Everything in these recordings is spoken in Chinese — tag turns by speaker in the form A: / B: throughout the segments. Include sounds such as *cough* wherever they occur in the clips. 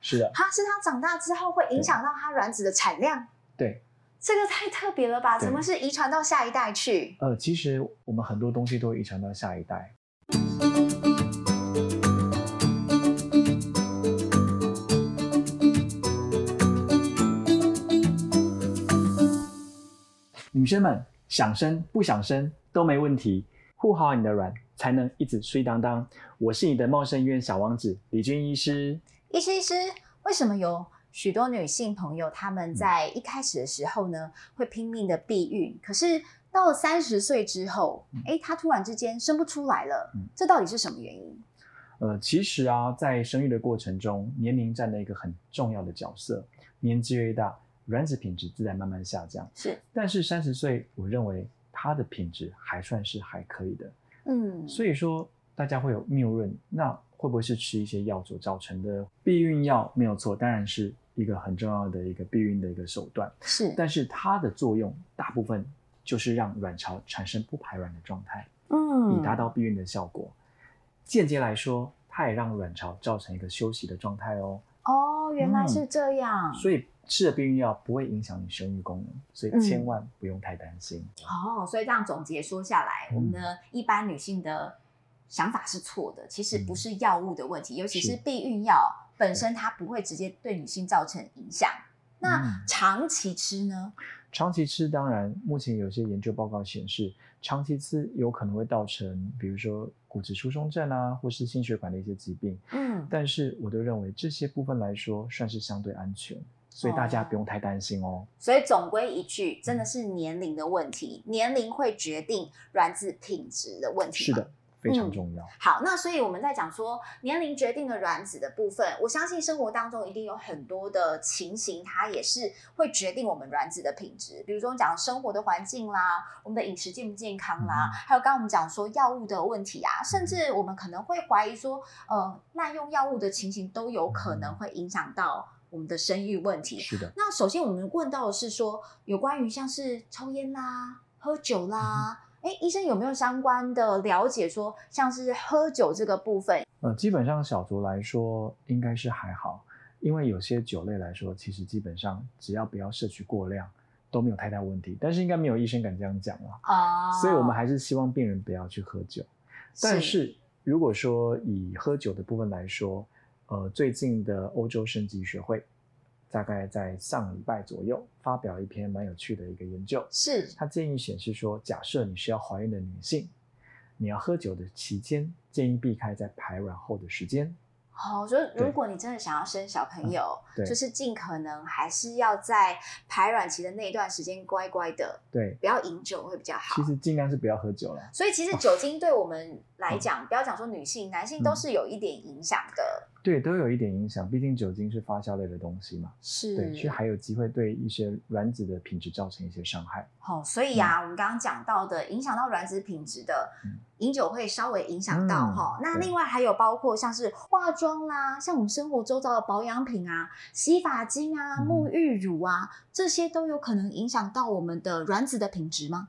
A: 是的，
B: 它是它长大之后会影响到它卵子的产量。
A: 对，
B: 这个太特别了吧？
A: 对
B: 怎么是遗传到下一代去？
A: 呃，其实我们很多东西都会遗传到下一代。女生们想生不想生都没问题，护好你的卵，才能一直睡当当。我是你的茂盛医院小王子李军医师。
B: 医师，医师，为什么有许多女性朋友她
A: 嗯
B: 们在一开始的时候呢，会拼命的避孕，可是到了三十岁之后
A: 嗯，
B: 哎、她突然之间生不出来了，
A: 嗯
B: 这到底是什么原因？
A: 呃，其实啊，在生育的过程中，年龄占了一个很重要的角色。年纪越大，卵子品质自然慢慢下降。
B: 是，
A: 但是三十岁，我认为它的品质还算是还可以的。
B: 嗯，
A: 所以说，大家会有谬论，那会不会是吃一些药所造成的？避孕药没有错，当然是一个很重要的一个避孕的一个手段，
B: 是，
A: 但是它的作用大部分就是让卵巢产生不排卵的状态。
B: 嗯
A: 以达到避孕的效果。间接来说，它也让卵巢造成一个休息的状态哦。
B: 哦，原
A: 嗯
B: 来是这样，
A: 所以吃了避孕药不会影响你生育功能，所
B: 嗯
A: 以千万不用太担心。
B: 哦，所以这样总结说下来，
A: 嗯
B: 我们的一般女性的想法是错的，其实不是药物的问题，尤其是
A: 嗯是
B: 避孕药本身，它不会直接对女性造成影响。那
A: 嗯
B: 长期吃呢？
A: 长期吃，当然，目前有些研究报告显示，长期吃有可能会造成，比如说骨质疏松症啊，或是心血管的一些疾病。
B: 嗯，
A: 但是，我都认为这些部分来说，算是相对安全，所以大家不用太担心哦
B: 所以总归一句，真的是年龄的问题，年龄会决定卵子品质的问题。
A: 是的。，非常
B: 嗯
A: 重要。
B: 好，那所以我们在讲说年龄决定了卵子的部分，我相信生活当中一定有很多的情形，它也是会决定我们卵子的品质。比如说我们讲生活的环境啦，我们的饮食健不健康啦，
A: 嗯
B: 还有刚刚我们讲说药物的问题啊，甚至我们可能会怀疑说，呃，滥用药物的情形都有可能会影响到我们的生育问题。
A: 是的。
B: 那首先我们问到的是说，有关于像是抽烟啦、喝酒啦，哎、医生有没有相关的了解说，像是喝酒这个部分？
A: 呃，基本上小酌来说应该是还好，因为有些酒类来说，其实基本上只要不要摄取过量都没有太大问题。但是应该没有医生敢这样讲啦，
B: 啊、
A: 所以我们还是希望病人不要去喝酒。但是如果说以喝酒的部分来说，呃，最近的欧洲生级学会大概在上礼拜左右发表一篇蛮有趣的一个研究，
B: 是
A: 他建议显示说，假设你是要怀孕的女性，你要喝酒的期间，建议避开在排卵后的时间。
B: 哦，就是如
A: 对嗯
B: 果你真的想要生小朋友，
A: 对
B: 就是尽可能还是要在排卵期的那一段时间乖乖的，
A: 对，
B: 不要饮酒会比较好
A: 其。实哦尽量是不要喝酒了。
B: 所以其实酒精对我们
A: 嗯
B: 来讲，不要讲说女性，男性都是有一点影响的。
A: 对，都有一点影响，毕竟酒精是发酵类的东西嘛。
B: 是
A: 对，所以还有机会对一些卵子的品质造成一些伤害。
B: 哦，所以呀、我们刚刚讲到的影响到卵子品质的
A: 嗯，
B: 饮酒会稍微影响到
A: 嗯
B: 哈、那
A: 对
B: 另外还有包括像是化妆啦，像我们生活周遭的保养品啊、洗发精啊、
A: 嗯
B: 沐浴乳啊，这些都有可能影响到我们的卵子的品质吗？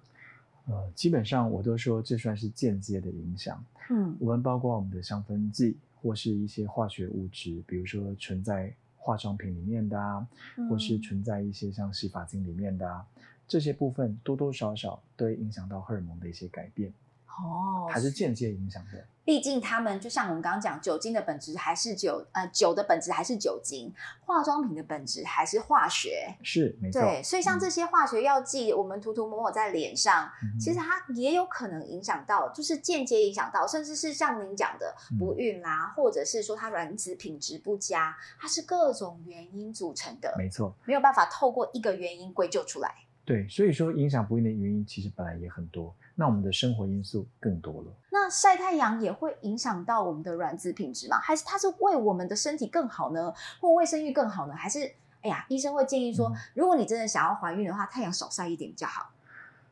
A: 呃，基本上我都说这算是间接的影响。
B: 嗯，
A: 我们包括我们的香氛剂或是一些化学物质，比如说存在化妆品里面的啊，或是
B: 嗯
A: 存在一些像洗发精里面的啊，这些部分多多少少都会影响到荷尔蒙的一些改变，
B: 哦，
A: 还是间接影响的。
B: 毕竟他们就像我们刚刚讲，酒精的本质还是酒，呃，酒的本质还是酒精，化妆品的本质还是化学。
A: 是，没错。
B: 对，所以像
A: 嗯
B: 这些化学药剂，我们涂涂抹抹在脸上，
A: 嗯哼
B: 其实它也有可能影响到，就是间接影响到，甚至是像您讲的
A: 嗯
B: 不孕啦、或者是说它卵子品质不佳，它是各种原因组成的，
A: 没错。
B: 没有办法透过一个原因归咎出来。
A: 对，所以说影响不孕的原因其实本来也很多，那我们的生活因素更多了。
B: 那晒太阳也会影响到我们的卵子品质吗？还是它是为我们的身体更好呢，或为生育更好呢？还是哎呀，医生会建议说，
A: 嗯
B: 如果你真的想要怀孕的话，太阳少晒一点比较好。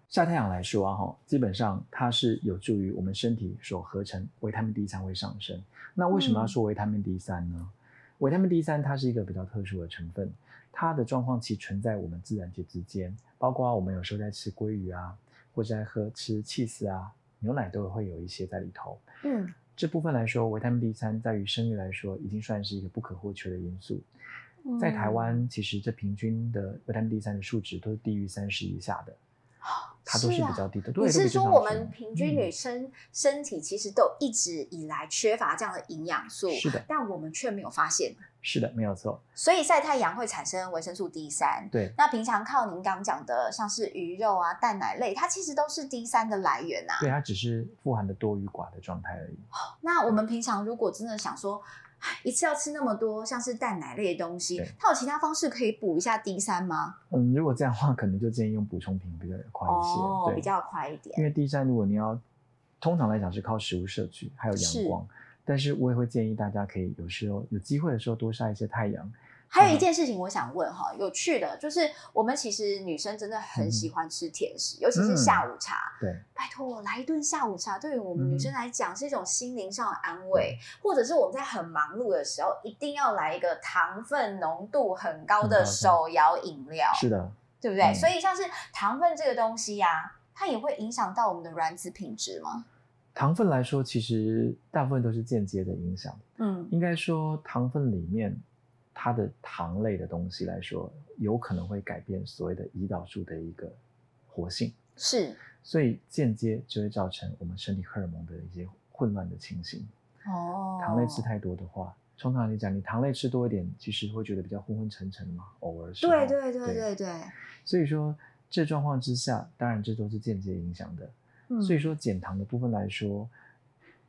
A: 晒太阳来说啊，哈，基本上它是有助于我们身体所合成维他命 D 三会上升。那为什么要说维他命 D 三呢？维他命 D 三它是一个比较特殊的成分，它的状况其实存在我们自然界之间，包括我们有时候在吃鲑鱼啊，或者在喝吃 cheese 啊、牛奶都会有一些在里头。
B: 嗯，
A: 这部分来说，维他命 D 三在于生育来说，已经算是一个不可或缺的因素。
B: 嗯
A: 在台湾，其实这平均的维他命 D 三的数值都是低于三十以下的，它都是
B: 啊
A: 比较低的。对，
B: 你
A: 都比
B: 是
A: 正
B: 说
A: 常
B: 我
A: 值
B: 们平均
A: 嗯
B: 女生身体其实都一直以来缺乏这样的营养素，
A: 是的，
B: 但我们却没有发现，
A: 是的，没有错。
B: 所以晒太阳会产生维生素 D 三。
A: 对，
B: 那平常靠您刚讲的，像是鱼肉啊、蛋奶类，它其实都是 D 三的来源啊。
A: 对，它只是富含的多与寡的状态而已。
B: 哦那我们平常如果真的想说，唉一次要吃那么多，像是蛋奶类的东西
A: 对，
B: 它有其他方式可以补一下 D 三吗？
A: 嗯，如果这样的话，可能就建议用补充品比较快一些。
B: 哦，
A: 对，
B: 比较快一
A: 因
B: 点。
A: 为 D 三如果你要，通常来讲是靠食物摄取，还有阳
B: 是
A: 光。但是我也会建议大家可以有时候有机会的时候多晒一些太阳。
B: 还
A: 嗯
B: 有一件事情我想问哈，有趣的就是我们其实女生真的很喜欢吃甜食，尤其是下午茶。
A: 嗯对，
B: 拜托，来一顿下午茶，对于我们女
A: 嗯
B: 生来讲是一种心灵上的安慰，或者是我们在很忙碌的时候，一定要来一个糖分浓度很高
A: 很
B: 的
A: 高的
B: 手摇饮料，
A: 是的，
B: 对不对？
A: 嗯
B: 所以像是糖分这个东西呀、它也会影响到我们的卵子品质吗？
A: 糖分来说，其实大部分都是间接的影响。
B: 嗯，
A: 应该说，糖分里面它的糖类的东西来说，有可能会改变所谓的胰岛素的一个活性，
B: 是
A: 所以间接就会造成我们身体荷尔蒙的一些混乱的情形。
B: 哦，
A: 糖类吃太多的话，通常来讲，你糖类吃多一点，其实会觉得比较昏昏沉沉嘛，偶尔是。
B: 对对对
A: 对
B: 对对，
A: 所以说，这状况之下，当然这都是间接影响的。
B: 嗯
A: 所以说减糖的部分来说，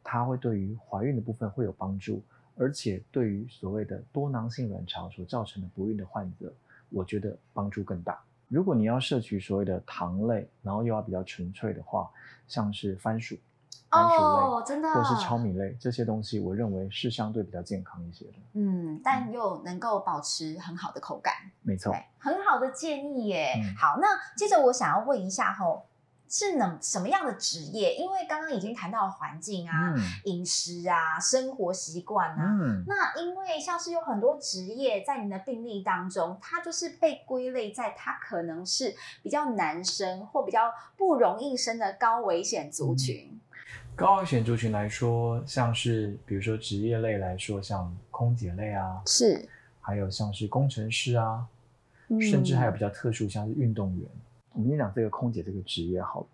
A: 它会对于怀孕的部分会有帮助，而且对于所谓的多囊性卵巢所造成的不孕的患者，我觉得帮助更大。如果你要摄取所谓的糖类，然后又要比较纯粹的话，像是番薯、番薯类，
B: 哦，真的，
A: 或是糙米类这些东西，我认为是相对比较健康一些的。
B: 嗯，但又能够保持很好的口感。
A: 没错
B: 对，，很好的建议耶。
A: 嗯
B: 好，那接着我想要问一下吼，是能什么样的职业？因为刚刚已经谈到环境啊、
A: 嗯
B: 饮食啊、生活习惯啊。
A: 嗯，
B: 那因为像是有很多职业在你的病例当中，它就是被归类在它可能是比较难生或比较不容易生的高危险
A: 嗯
B: 族群。
A: 高危险族群来说，像是比如说职业类来说，像空姐类啊，
B: 是，
A: 还有像是工程师啊，
B: 嗯
A: 甚至还有比较特殊，像是运动员。我们先讲这个空姐这个职业好了。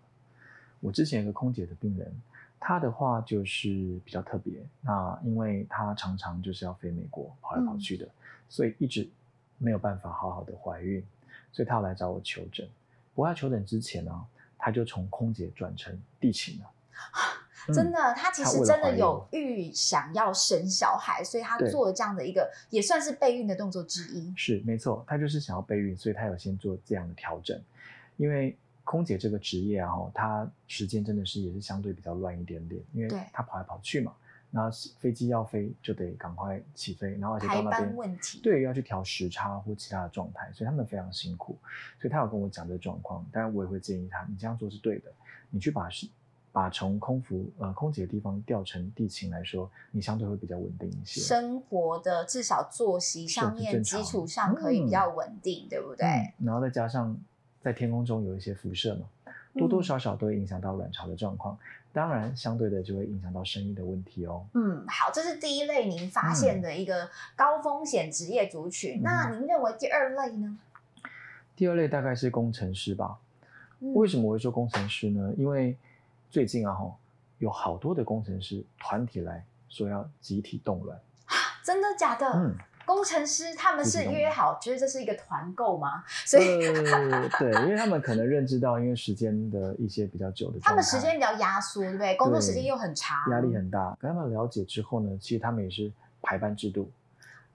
A: 我之前有个空姐的病人，她的话就是比较特别。那因为她常常就是要飞美国跑
B: 嗯
A: 来跑去的，所以一直没有办法好好的怀孕，所以她要来找我求诊。不过她求诊之前呢、她就从空姐转成地勤了。嗯
B: *laughs* 真的，他其
A: 他
B: 实
A: 为了
B: 真
A: 怀
B: 的
A: 孕
B: 有预想要生小孩，所以他
A: 对
B: 做了这样的一个也算是备孕的动作之一。
A: 是没错，她就是想要备孕，所以她有先做这样的调整。因为空姐这个职业啊，吼她时间真的是也是相对比较乱一点点，因
B: 对
A: 为她跑来跑去嘛，那飞机要飞就得赶快起飞，然后而且到
B: 排
A: 那
B: 班
A: 边
B: 问题
A: 对，要去调时差或其他的状态，所以他们非常辛苦。所以她有跟我讲这个状况，当然我也会建议她，你这样做是对的，你去把是。把从空服呃空姐的地方调成地勤来说，你相对会比较稳定一些。
B: 生活的至少作息上
A: 是是
B: 面
A: 正
B: 基
A: 常
B: 础上可以比较稳定，对不对？
A: 嗯然后再加上在天空中有一些辐射嘛，多
B: 嗯
A: 多少少都会影响到卵巢的状况，当然相对的就会影响到生育的问题哦。
B: 嗯，好，这是第一类您发现的一个高风险职业族群。
A: 嗯
B: 那您认为第二类呢？
A: 第二类大概是工程师吧，
B: 嗯
A: 为什么我会说工程师呢？因为最近啊吼，有好多的工程师团体来说要集体冻卵，
B: 真的假的？
A: 嗯，
B: 工程师他们
A: 不知
B: 是
A: 道
B: 约好，觉得这是一个团购
A: *laughs*
B: 吗？所以
A: 呃，对，因为他们可能认知到，因为时间的一些比较久的状态，
B: 他们时间比较压缩，对不对？工作时间又很长，
A: 压力很大，跟他们了解之后呢，其实他们也是排班制度，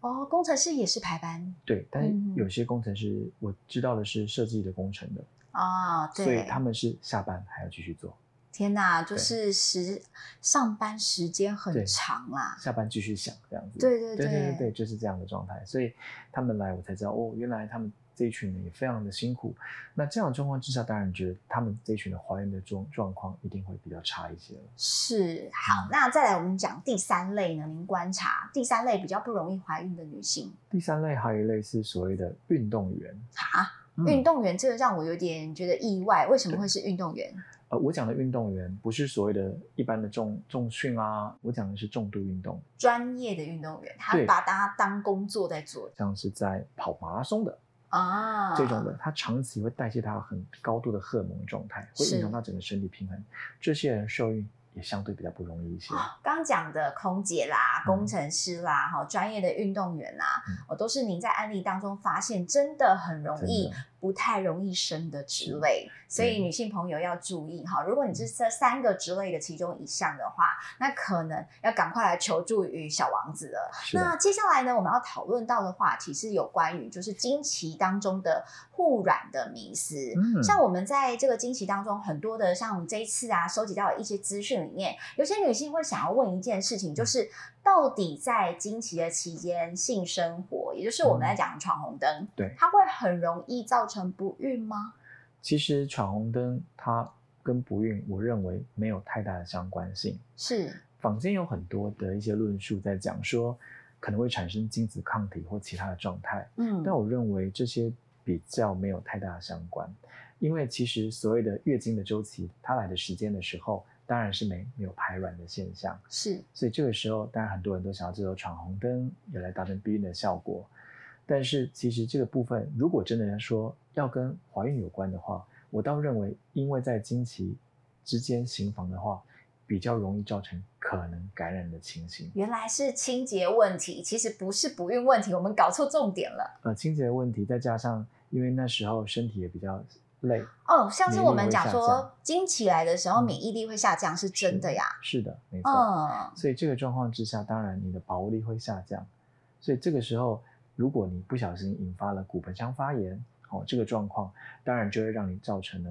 B: 哦，工程师也是排班
A: 对，但是
B: 嗯
A: 有些工程师我知道的是设计的工程的，
B: 啊、
A: 所以
B: 对，
A: 他们是下班还要继续做，
B: 天哪，就
A: 对
B: 是时上班时间很
A: 对
B: 长啦。
A: 下班继续想这样子。
B: 对对
A: 对对
B: 对
A: 对，就是这样的状态。所以他们来，我才知道哦，原来他们这一群人也非常的辛苦。那这样的状况之下，当然觉得他们这一群的怀孕的状状况一定会比较差一些了。
B: 是好
A: 嗯，
B: 那再来我们讲第三类呢？您观察第三类比较不容易怀孕的女性
A: 第三类还有一类是所谓的运动员，
B: 啊，
A: 嗯
B: 运动员这个让我有点觉得意外，为什么会是运动员？
A: 呃，我讲的运动员不是所谓的一般的重重训啊，我讲的是重度运动，
B: 专业的运动员，他
A: 对
B: 把它当工作在做
A: 像是在跑马拉松的
B: 啊，
A: 这种的，他长期会代谢到很高度的荷尔蒙状态，会
B: 是
A: 影响到整个身体平衡。这些人受孕也相对比较不容易一些。
B: 啊 *gasps* 刚讲的空姐啦、
A: 嗯
B: 工程师啦、哈、专业的运动员啦
A: 嗯，
B: 我、都是您在案例当中发现真的很容易
A: 真的，
B: 不太容易生的职类，所以女性朋友要注意哈。如果你是这
A: 嗯
B: 三个职类的其中一项的话，那可能要赶快来求助于小王子了。
A: 是
B: 那
A: 的，
B: 接下来呢，我们要讨论到的话题是有关于就是经期当中的护卵的迷思。
A: 嗯
B: 像我们在这个经期当中，很多的像我们这一次啊，收集到的一些资讯里面，有些女性会想要问一件事情，
A: 嗯
B: 就是到底在经期的期间，性生活，也就是我们在讲闯红灯，
A: 嗯对
B: 它会很容易造成不孕吗？
A: 其实闯红灯它跟不孕，我认为没有太大的相关性。
B: 是
A: 坊间有很多的一些论述在讲说，可能会产生精子抗体或其他的状态，
B: 嗯，
A: 但我认为这些比较没有太大的相关，因为其实所谓的月经的周期，它来的时间的时候，当然是没没有排卵的现象，
B: 是
A: 所以这个时候，当然很多人都想要借由闯红灯，也来达成避孕的效果。但是其实这个部分，如果真的要说要跟怀孕有关的话，我倒认为，因为在经期之间行房的话，比较容易造成可能感染的情形。
B: 原来是清洁问题，其实不是不孕问题，我们搞错重点了。
A: 呃，清洁的问题，再加上因为那时候身体也比较累，
B: 哦，像是我们讲
A: 免疫力会
B: 说
A: 下降
B: 经期来的时候，
A: 嗯
B: 免疫力会下降，是真的呀。
A: 是的，没错。
B: 嗯，
A: 所以这个状况之下，当然你的保护力会下降。所以这个时候，如果你不小心引发了骨盆腔发炎，哦，这个状况当然就会让你造成了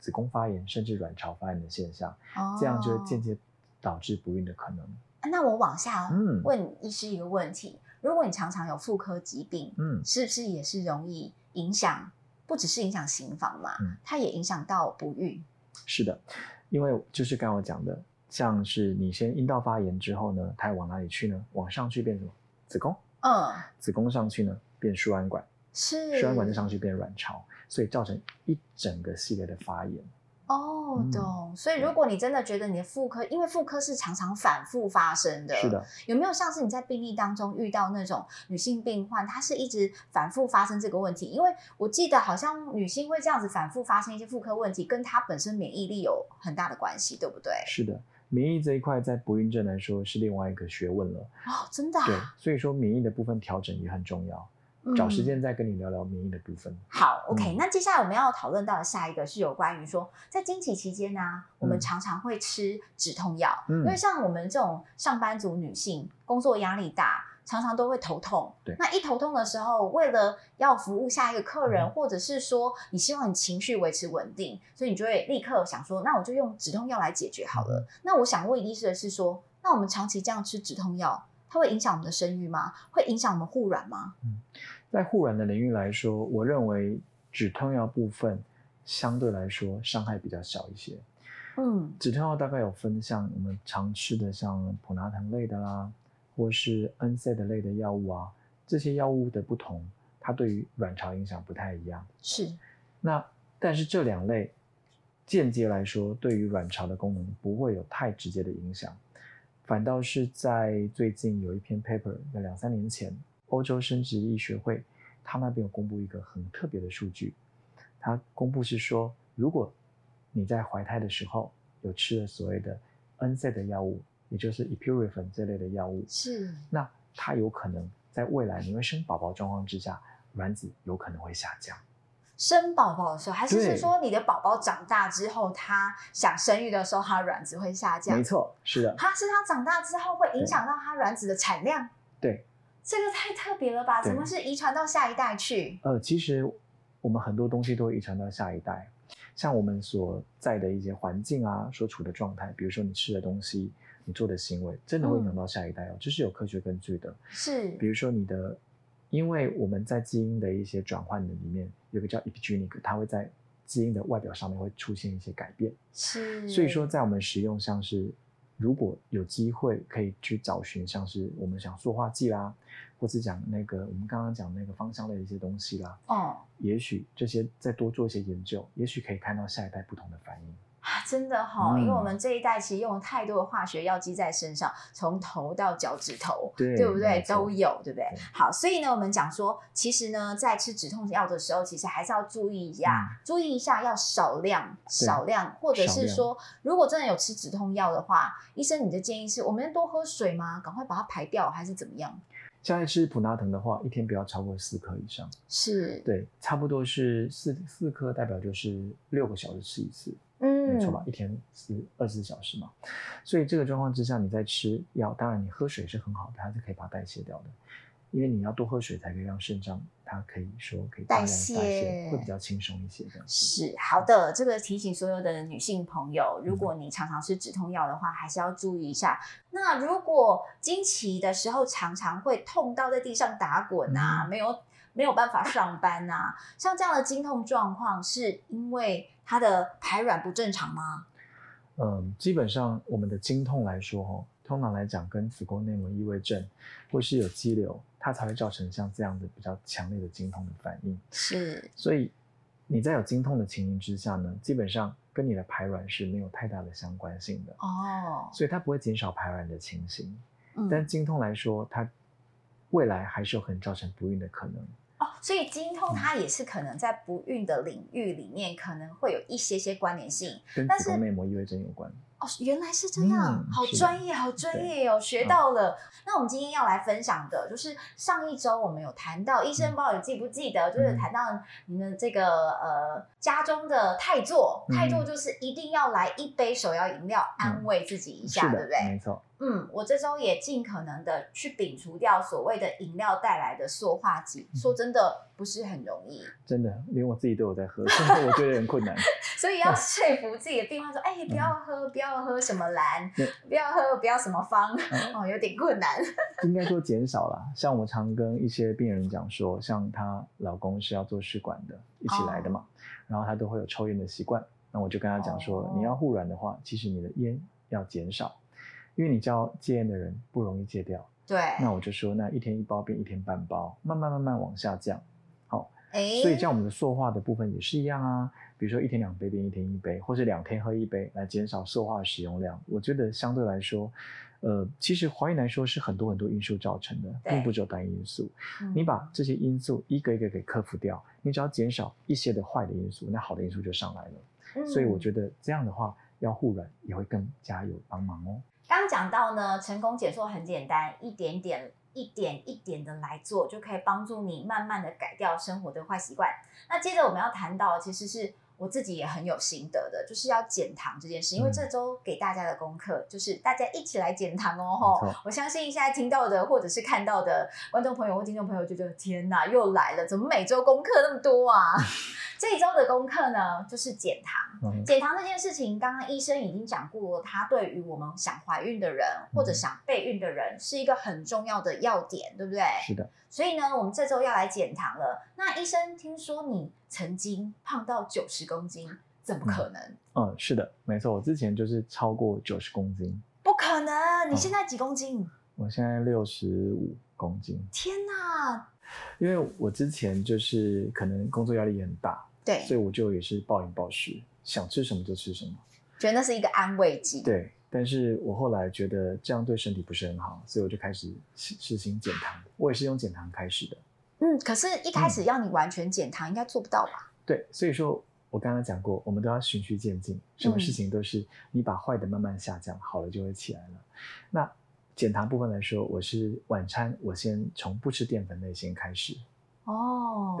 A: 子宫发炎，甚至卵巢发炎的现象，
B: 哦啊
A: 这样就会间接导致不孕的可能。
B: 那我往下
A: 嗯
B: 问医师一个问题：如果你常常有妇科疾病，
A: 嗯，
B: 是不是也是容易影响？不只是影响刑房嘛，
A: 嗯
B: 它也影响到不孕。
A: 是的，因为就是刚刚我讲的，像是你先阴道发炎之后呢，它往哪里去呢？往上去变什么？子宫，
B: 嗯，
A: 子宫上去呢变输卵管，
B: 是。
A: 输卵管再上去变卵巢，所以造成一整个系列的发炎。
B: 哦，
A: 嗯
B: 懂。所以如果你真的觉得你的妇科，因为妇科是常常反复发生的，
A: 是的。，
B: 有没有像是你在病例当中遇到那种女性病患，她是一直反复发生这个问题？因为我记得好像女性会这样子反复发生一些妇科问题，跟她本身免疫力有很大的关系，对不对？
A: 是的，免疫这一块在不孕症来说是另外一个学问了。
B: 哦，真的、啊。
A: 对，所以说免疫的部分调整也很重要。找
B: 嗯
A: 时间再跟你聊聊免疫的部分。
B: 好，OK，、
A: 嗯
B: 那接下来我们要讨论到的下一个是有关于说，在经期期间呢、我们
A: 嗯
B: 常常会吃止痛药，
A: 嗯
B: 因为像我们这种上班族女性，工作压力大，常常都会头痛。
A: 对
B: 那一头痛的时候，为了要服务下一个客人，
A: 嗯
B: 或者是说你希望你情绪维持稳定，所以你就会立刻想说，那我就用止痛药来解决好了。
A: 嗯
B: 那我想问医师的是说，那我们长期这样吃止痛药，它会影响我们的生育吗？会影响我们护卵吗？
A: 在护卵的领域来说，我认为止痛药部分相对来说伤害比较小一些。
B: 嗯，
A: 止痛药大概有分像我们常吃的像普拿疼类的啦，或是 NSAID 类的药物啊，这些药物的不同，它对于卵巢影响不太一样。
B: 是。
A: 那但是这两类间接来说，对于卵巢的功能不会有太直接的影响，反倒是在最近有一篇 paper，在两三年前，欧洲生殖医学会他那边有公布一个很特别的数据，他公布是说，如果你在怀胎的时候有吃了所谓的 NSAID 的药物，也就是 epinephrine 这类的药物，
B: 是
A: 那它有可能在未来你会生宝宝状况之下，卵子有可能会下降。
B: 生宝宝的时候，还是
A: 对
B: 是说你的宝宝长大之后，他想生育的时候，他的卵子会下降？
A: 没，错，是的。
B: 他是他长大之后会影响到他卵子的产量。
A: 对，
B: 这个太特别了吧？
A: 对
B: 怎么是遗传到下一代去？
A: 呃，其实我们很多东西都会遗传到下一代，像我们所在的一些环境啊，所处的状态，比如说你吃的东西，你做的行为，真的会影响到下一代哦，这是有科学根据的。
B: 是
A: 比如说你的，因为我们在基因的一些转换的里面，有个叫 epigenetic，它会在基因的外表上面会出现一些改变。
B: 是，哦
A: 所以说，在我们使用像是如果有机会可以去找寻像是我们讲塑化剂啦，或是讲那个我们刚刚讲那个芳香类的一些东西啦，
B: 哦，
A: 也许这些再多做一些研究，也许可以看到下一代不同的反应。
B: 啊，真的哈、
A: 嗯
B: 因为我们这一代其实用了太多的化学药剂在身上，从头到脚趾头，
A: 对
B: 不对
A: 没？错
B: 都有，对不对
A: 对？
B: 好，所以呢，我们讲说，其实呢，在吃止痛药的时候，其实还是要注意一下，注意一下要少量、少量，或者
A: 嗯少
B: 是
A: 量
B: 说，如果真的有吃止痛药的话，医生你的建议是我们多喝水吗？赶快把它排掉，还是怎么样？
A: 像在吃普拿疼的话，一天不要超过四颗以上。
B: 是，
A: 对，差不多是四四颗，代表就是六个小时吃一次，
B: 嗯
A: 没错吧？一天是二十四小时嘛。所以这个状况之下，你在吃药，当然你喝水是很好的，它是可以把它代谢掉的，因为你要多喝水才可以让肾脏它可以说可以大
B: 代
A: 量地代
B: 谢
A: 谢，会比较轻松一些这样子。
B: 是好的，这个提醒所有的女性朋友，如果你常常吃止痛药的话，还是要注意一下。那如果经期的时候常常会痛到在地上打滚啊，没有没有办法上班啊，像这样的经痛状况，是因为它的排卵不正常吗？
A: 嗯，基本上我们的经痛来说，哦，通常来讲跟子宫内膜异位症或是有肌瘤，它才会造成像这样的比较强烈的经痛的反应。
B: 是
A: 所以你在有经痛的情形之下呢，基本上跟你的排卵是没有太大的相关性的，
B: 哦，
A: 所以它不会减少排卵的情形。
B: 嗯
A: 但经痛来说，它未来还是有可能造成不孕的可能。
B: 哦，所以经痛它也是可能在不孕的领域里面可能会有一些些关联性。
A: 跟
B: 但
A: 子
B: 是
A: 宫内膜异位症有关。
B: 哦，原来是这样，
A: 嗯
B: 好
A: 是的嗯
B: 专业，好专业哦，学到了。那我们今天要来分享的，就是上一周我们有谈到，医
A: 嗯
B: 生不知道你记不记得，就是谈到你们这个呃家中的泰座，
A: 嗯
B: 泰座就是一定要来一杯手摇饮料安慰自己一
A: 是
B: 下，对
A: 的
B: 不，对？
A: 没错。
B: 嗯，我这周也尽可能的去摒除掉所谓的饮料带来的塑化剂，说
A: 嗯
B: 真的不是很容易。
A: 真的， *laughs* 连我自己都有在喝，所以我觉得很困难。
B: 所以要说服自己的病患说：“哎、不要喝，不要喝什么蓝
A: 对，
B: 不要喝，不要什么方，
A: 嗯
B: 哦，有点困难。
A: 应该说减少啦。像我常跟一些病人讲说，像她老公是要做试管的，一起来的嘛，然后她都会有抽烟的习惯。那我就跟她讲说，
B: 哦
A: 你要护卵的话，其实你的烟要减少，因为你叫戒烟的人不容易戒掉。”
B: 对，
A: 那我就说，那一天一包变一天半包，慢慢慢慢往下降。
B: 哎
A: 所以像我们的塑化的部分也是一样啊，比如说一天两杯变一天一杯，或是两天喝一杯，来减少塑化的使用量。我觉得相对来说，呃，其实怀孕来说是很多很多因素造成的，
B: 对
A: 并不只有单一因素。
B: 嗯
A: 你把这些因素一个一个给克服掉，你只要减少一些的坏的因素，那好的因素就上来了。
B: 嗯
A: 所以
B: 得。
A: 我觉得这样的话，要护卵也会更加有帮忙哦。
B: 刚刚讲到呢，成功解说很简单，一点点、一点一点的来做，就可以帮助你慢慢的改掉生活的坏习惯。那接着我们要谈到，其实是我自己也很有心得的，就是要减糖这件事。因为
A: 嗯
B: 这周给大家的功课就是大家一起来减糖哦，
A: 没
B: 吼
A: 错！
B: 我相信现在听到的或者是看到的观众朋友或听众朋友就觉得天哪，又来了，怎么每周功课那么多啊？ *laughs* 这一周的功课呢，就是减糖。
A: 嗯，
B: 减糖这件事情，刚刚医生已经讲过，它对于我们想怀孕的人或
A: 嗯
B: 者想备孕的人是一个很重要的要点，对不对？
A: 嗯是的，
B: 所以呢，我们这周要来减糖了。那医生听说你曾经胖到九十公斤，怎么可能？
A: 嗯，是的，没错。我之前就是超过九十公斤，
B: 不可能！
A: 哦
B: 你现在几公斤？
A: 我现在六十五公斤，
B: 天哪！
A: 因为我之前就是可能工作压力也很大，
B: 对，
A: 所以我就也是暴饮暴食，想吃什么就吃什么。
B: 觉得那是一个安慰剂。，
A: 对，但是我后来觉得这样对身体不是很好，所以我就开始实实行减糖。我也是用减糖开始的。
B: 嗯，可是一开始要你完全减糖，应该做不到吧？
A: 对，所以说我刚刚讲过，我们都要循序渐进，什么事情都是你把坏的慢慢下降，好了就会起来了。那减糖部分来说，我是晚餐我先从不吃淀粉类先开始，
B: 哦，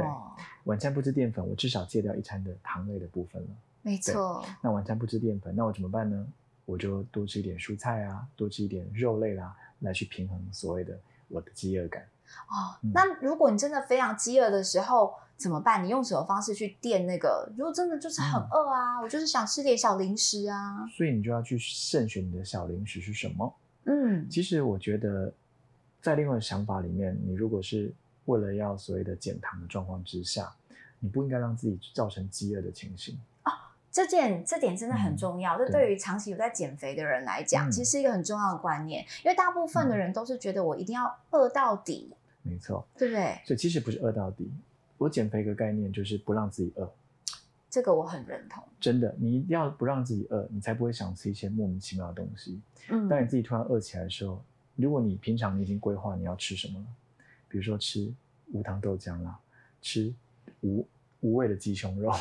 A: 晚餐不吃淀粉，我至少戒掉一餐的糖类的部分了。
B: 没错，
A: 那晚餐不吃淀粉，那我怎么办呢？我就多吃一点蔬菜啊，多吃一点肉类啦、来去平衡所谓的我的饥饿感。
B: 哦
A: 嗯，
B: 那如果你真的非常饥饿的时候怎么办？你用什么方式去垫那个？如果真的就是
A: 嗯
B: 很饿啊，我就是想吃点小零食啊。
A: 所以你就要去慎选你的小零食是什么。
B: 嗯，
A: 其实我觉得，在另外的想法里面，你如果是为了要所谓的减糖的状况之下，你不应该让自己造成饥饿的情形。
B: 这件这点真的很重要。这
A: 嗯对
B: 对于长期有在减肥的人来讲，
A: 嗯
B: 其实是一个很重要的观念，因为大部分的人都是觉得我一定要饿到底，
A: 没错，
B: 对不对？
A: 所以其实不是饿到底。我减肥一个概念就是不让自己饿，
B: 这个我很认同。
A: 真的，你一定要不让自己饿，你才不会想吃一些莫名其妙的东西。
B: 嗯
A: 当你自己突然饿起来的时候，如果你平常你已经规划你要吃什么了，比如说吃无糖豆浆啦，吃无无味的鸡
B: *laughs*
A: 胸肉，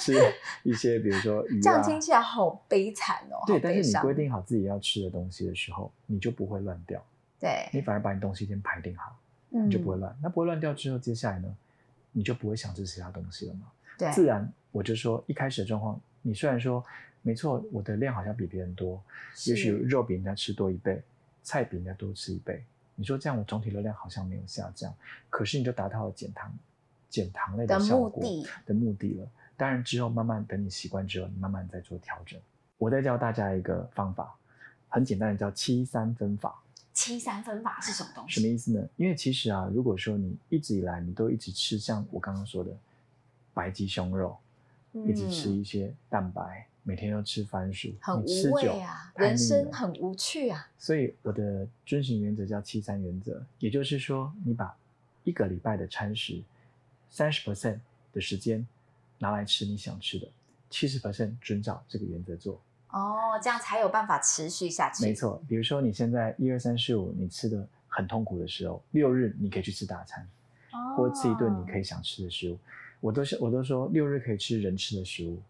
A: 吃一些比如说鱼
B: 这样
A: 啊。
B: 听起来好悲惨哦，
A: 对，
B: 好
A: 但
B: 悲
A: 是你
B: 伤
A: 规定好自己要吃的东西的时候，你就不会乱掉，你
B: 对，
A: 反而把你东西先排定好，
B: 嗯
A: 你就不会乱。那不会乱掉之后，接下来呢，你就不会想吃其他东西了嘛？
B: 对，
A: 自然，我就说一开始的状况，你虽然说没错，我的量好像比别人多，也许
B: 是
A: 肉比人家吃多一倍，菜比人家多吃一倍，你说这样我总体热量好像没有下降，可是你就达到了减糖、减糖类
B: 的
A: 效
B: 目
A: 果
B: 的，
A: 的目的了。当然之后慢慢等你习惯之后，你慢慢再做调整。我再教大家一个方法，很简单的叫七三分法。
B: 七三分法是什么东
A: 什么
B: 西？
A: 意思呢？因为其实啊，如果说你一直以来你都一直吃像我刚刚说的白鸡胸肉，一直吃一些蛋白，每天都吃番薯，
B: 嗯很
A: 你吃
B: 无
A: 久
B: 味啊，
A: 太腻
B: 人生
A: 了
B: 很无趣啊。
A: 所以我的遵循原则叫七三原则，也就是说，你把一个礼拜的餐食三十 percent 的时间拿来吃你想吃的，七十 percent 遵照这个原则做。
B: 哦，这样才有办法持续下去。
A: 没，错，比如说你现在一二三四五你吃的很痛苦的时候，六日你可以去吃大餐，
B: 哦
A: 或吃一顿你可
B: 以。
A: 以想吃的食物。我都是我都说六日可以吃人吃的食物，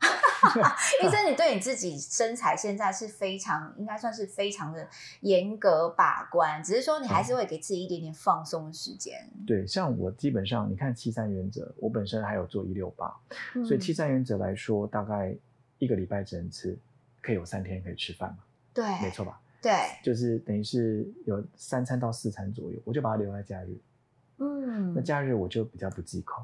B: 医生，你对你自己身材现在是非常，应该算是非常的严格把关，只是说你还
A: 嗯
B: 是会给自己一点点放松的时间。
A: 对，像我基本上你看七三原则，我本身还有做一六八，
B: 嗯
A: 所以七三原则来说，大概一个礼拜只能吃，可以有三天可以吃饭嘛，
B: 对，
A: 没错吧？
B: 对，
A: 就是等于是有三餐到四餐左右，我就把它留在假日。
B: 嗯
A: 那，假日我就比较不忌口，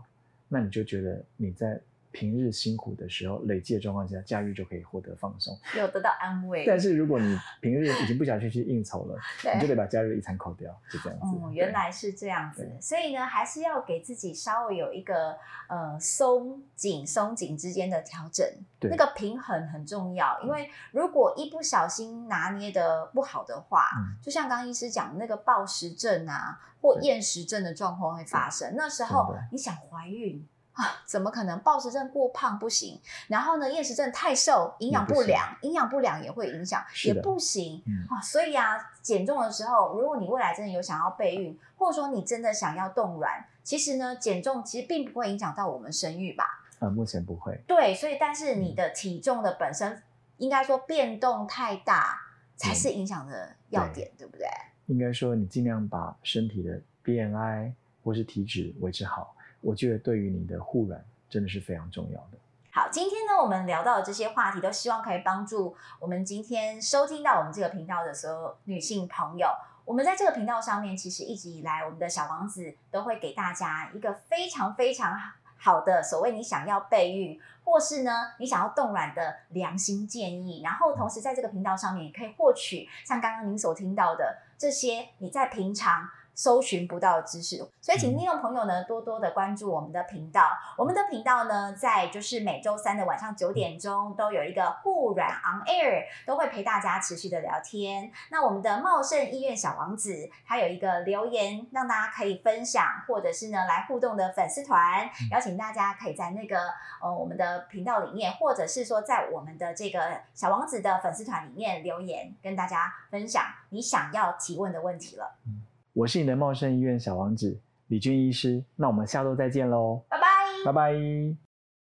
A: 那你就觉得你在平日辛苦的时候累积的状况下，假日就可以获得放松。
B: 有得到安慰。
A: *laughs* 但是如果你平日已经不小心去应酬了，你就
B: 对，
A: 得把假日一餐扣掉，就这样子。
B: 哦，原
A: 对
B: 来是这样子，所以呢，还是要给自己稍微有一个呃松紧松紧之间的调整，
A: 对
B: 那个平衡很重要。因为如果一不小心拿捏的不好的话，
A: 嗯
B: 就像刚刚医师讲的那个暴食症啊或
A: 对
B: 厌食症的状况会发生，那时候
A: 真的
B: 你想怀孕。啊，怎么可能？暴食症过胖不行，然后呢，厌食症太瘦，营养
A: 也不
B: 不
A: 行
B: 良，营养不良也会影响，
A: 是
B: 也
A: 的
B: 不行。
A: 嗯
B: 啊，所以啊，减重的时候，如果你未来真的有想要备孕，或者说你真的想要冻卵，其实呢，减重其实并不会影响到我们生育吧？
A: 呃，目前不会。
B: 对，所以但是你
A: 嗯
B: 的体重的本身，应该说变动太大才是影响的要点，对不对？
A: 应该说你尽量把身体的 BMI 或是体脂维持好，我觉得对于你的护卵真的是非常重要的。
B: 好，今天呢，我们聊到的这些话题，都希望可以帮助我们今天收听到我们这个频道的所有女性朋友。我们在这个频道上面，其实一直以来，我们的小王子都会给大家一个非常非常好的所谓你想要备孕，或是呢你想要冻卵的良心建议。然后同时在这个频道上面，也可以获取像刚刚您所听到的这些你在平常搜寻不到的知识。所以，请听众朋友呢多多的关注我们的频道。我们的频道呢，在就是每周三的晚上九点钟都有一个护软 on air，都会陪大家持续的聊天。那我们的茂盛医院小王子，他有一个留言让大家可以分享，或者是呢来互动的粉丝团，邀请大家可以在那个呃我们的频道里面，或者是说在我们的这个小王子的粉丝团里面留言，跟大家分享你想要提问的问题了。
A: 我是你的茂盛医院小王子李军医师，那我们下周再见喽，
B: 拜拜。
A: 拜拜。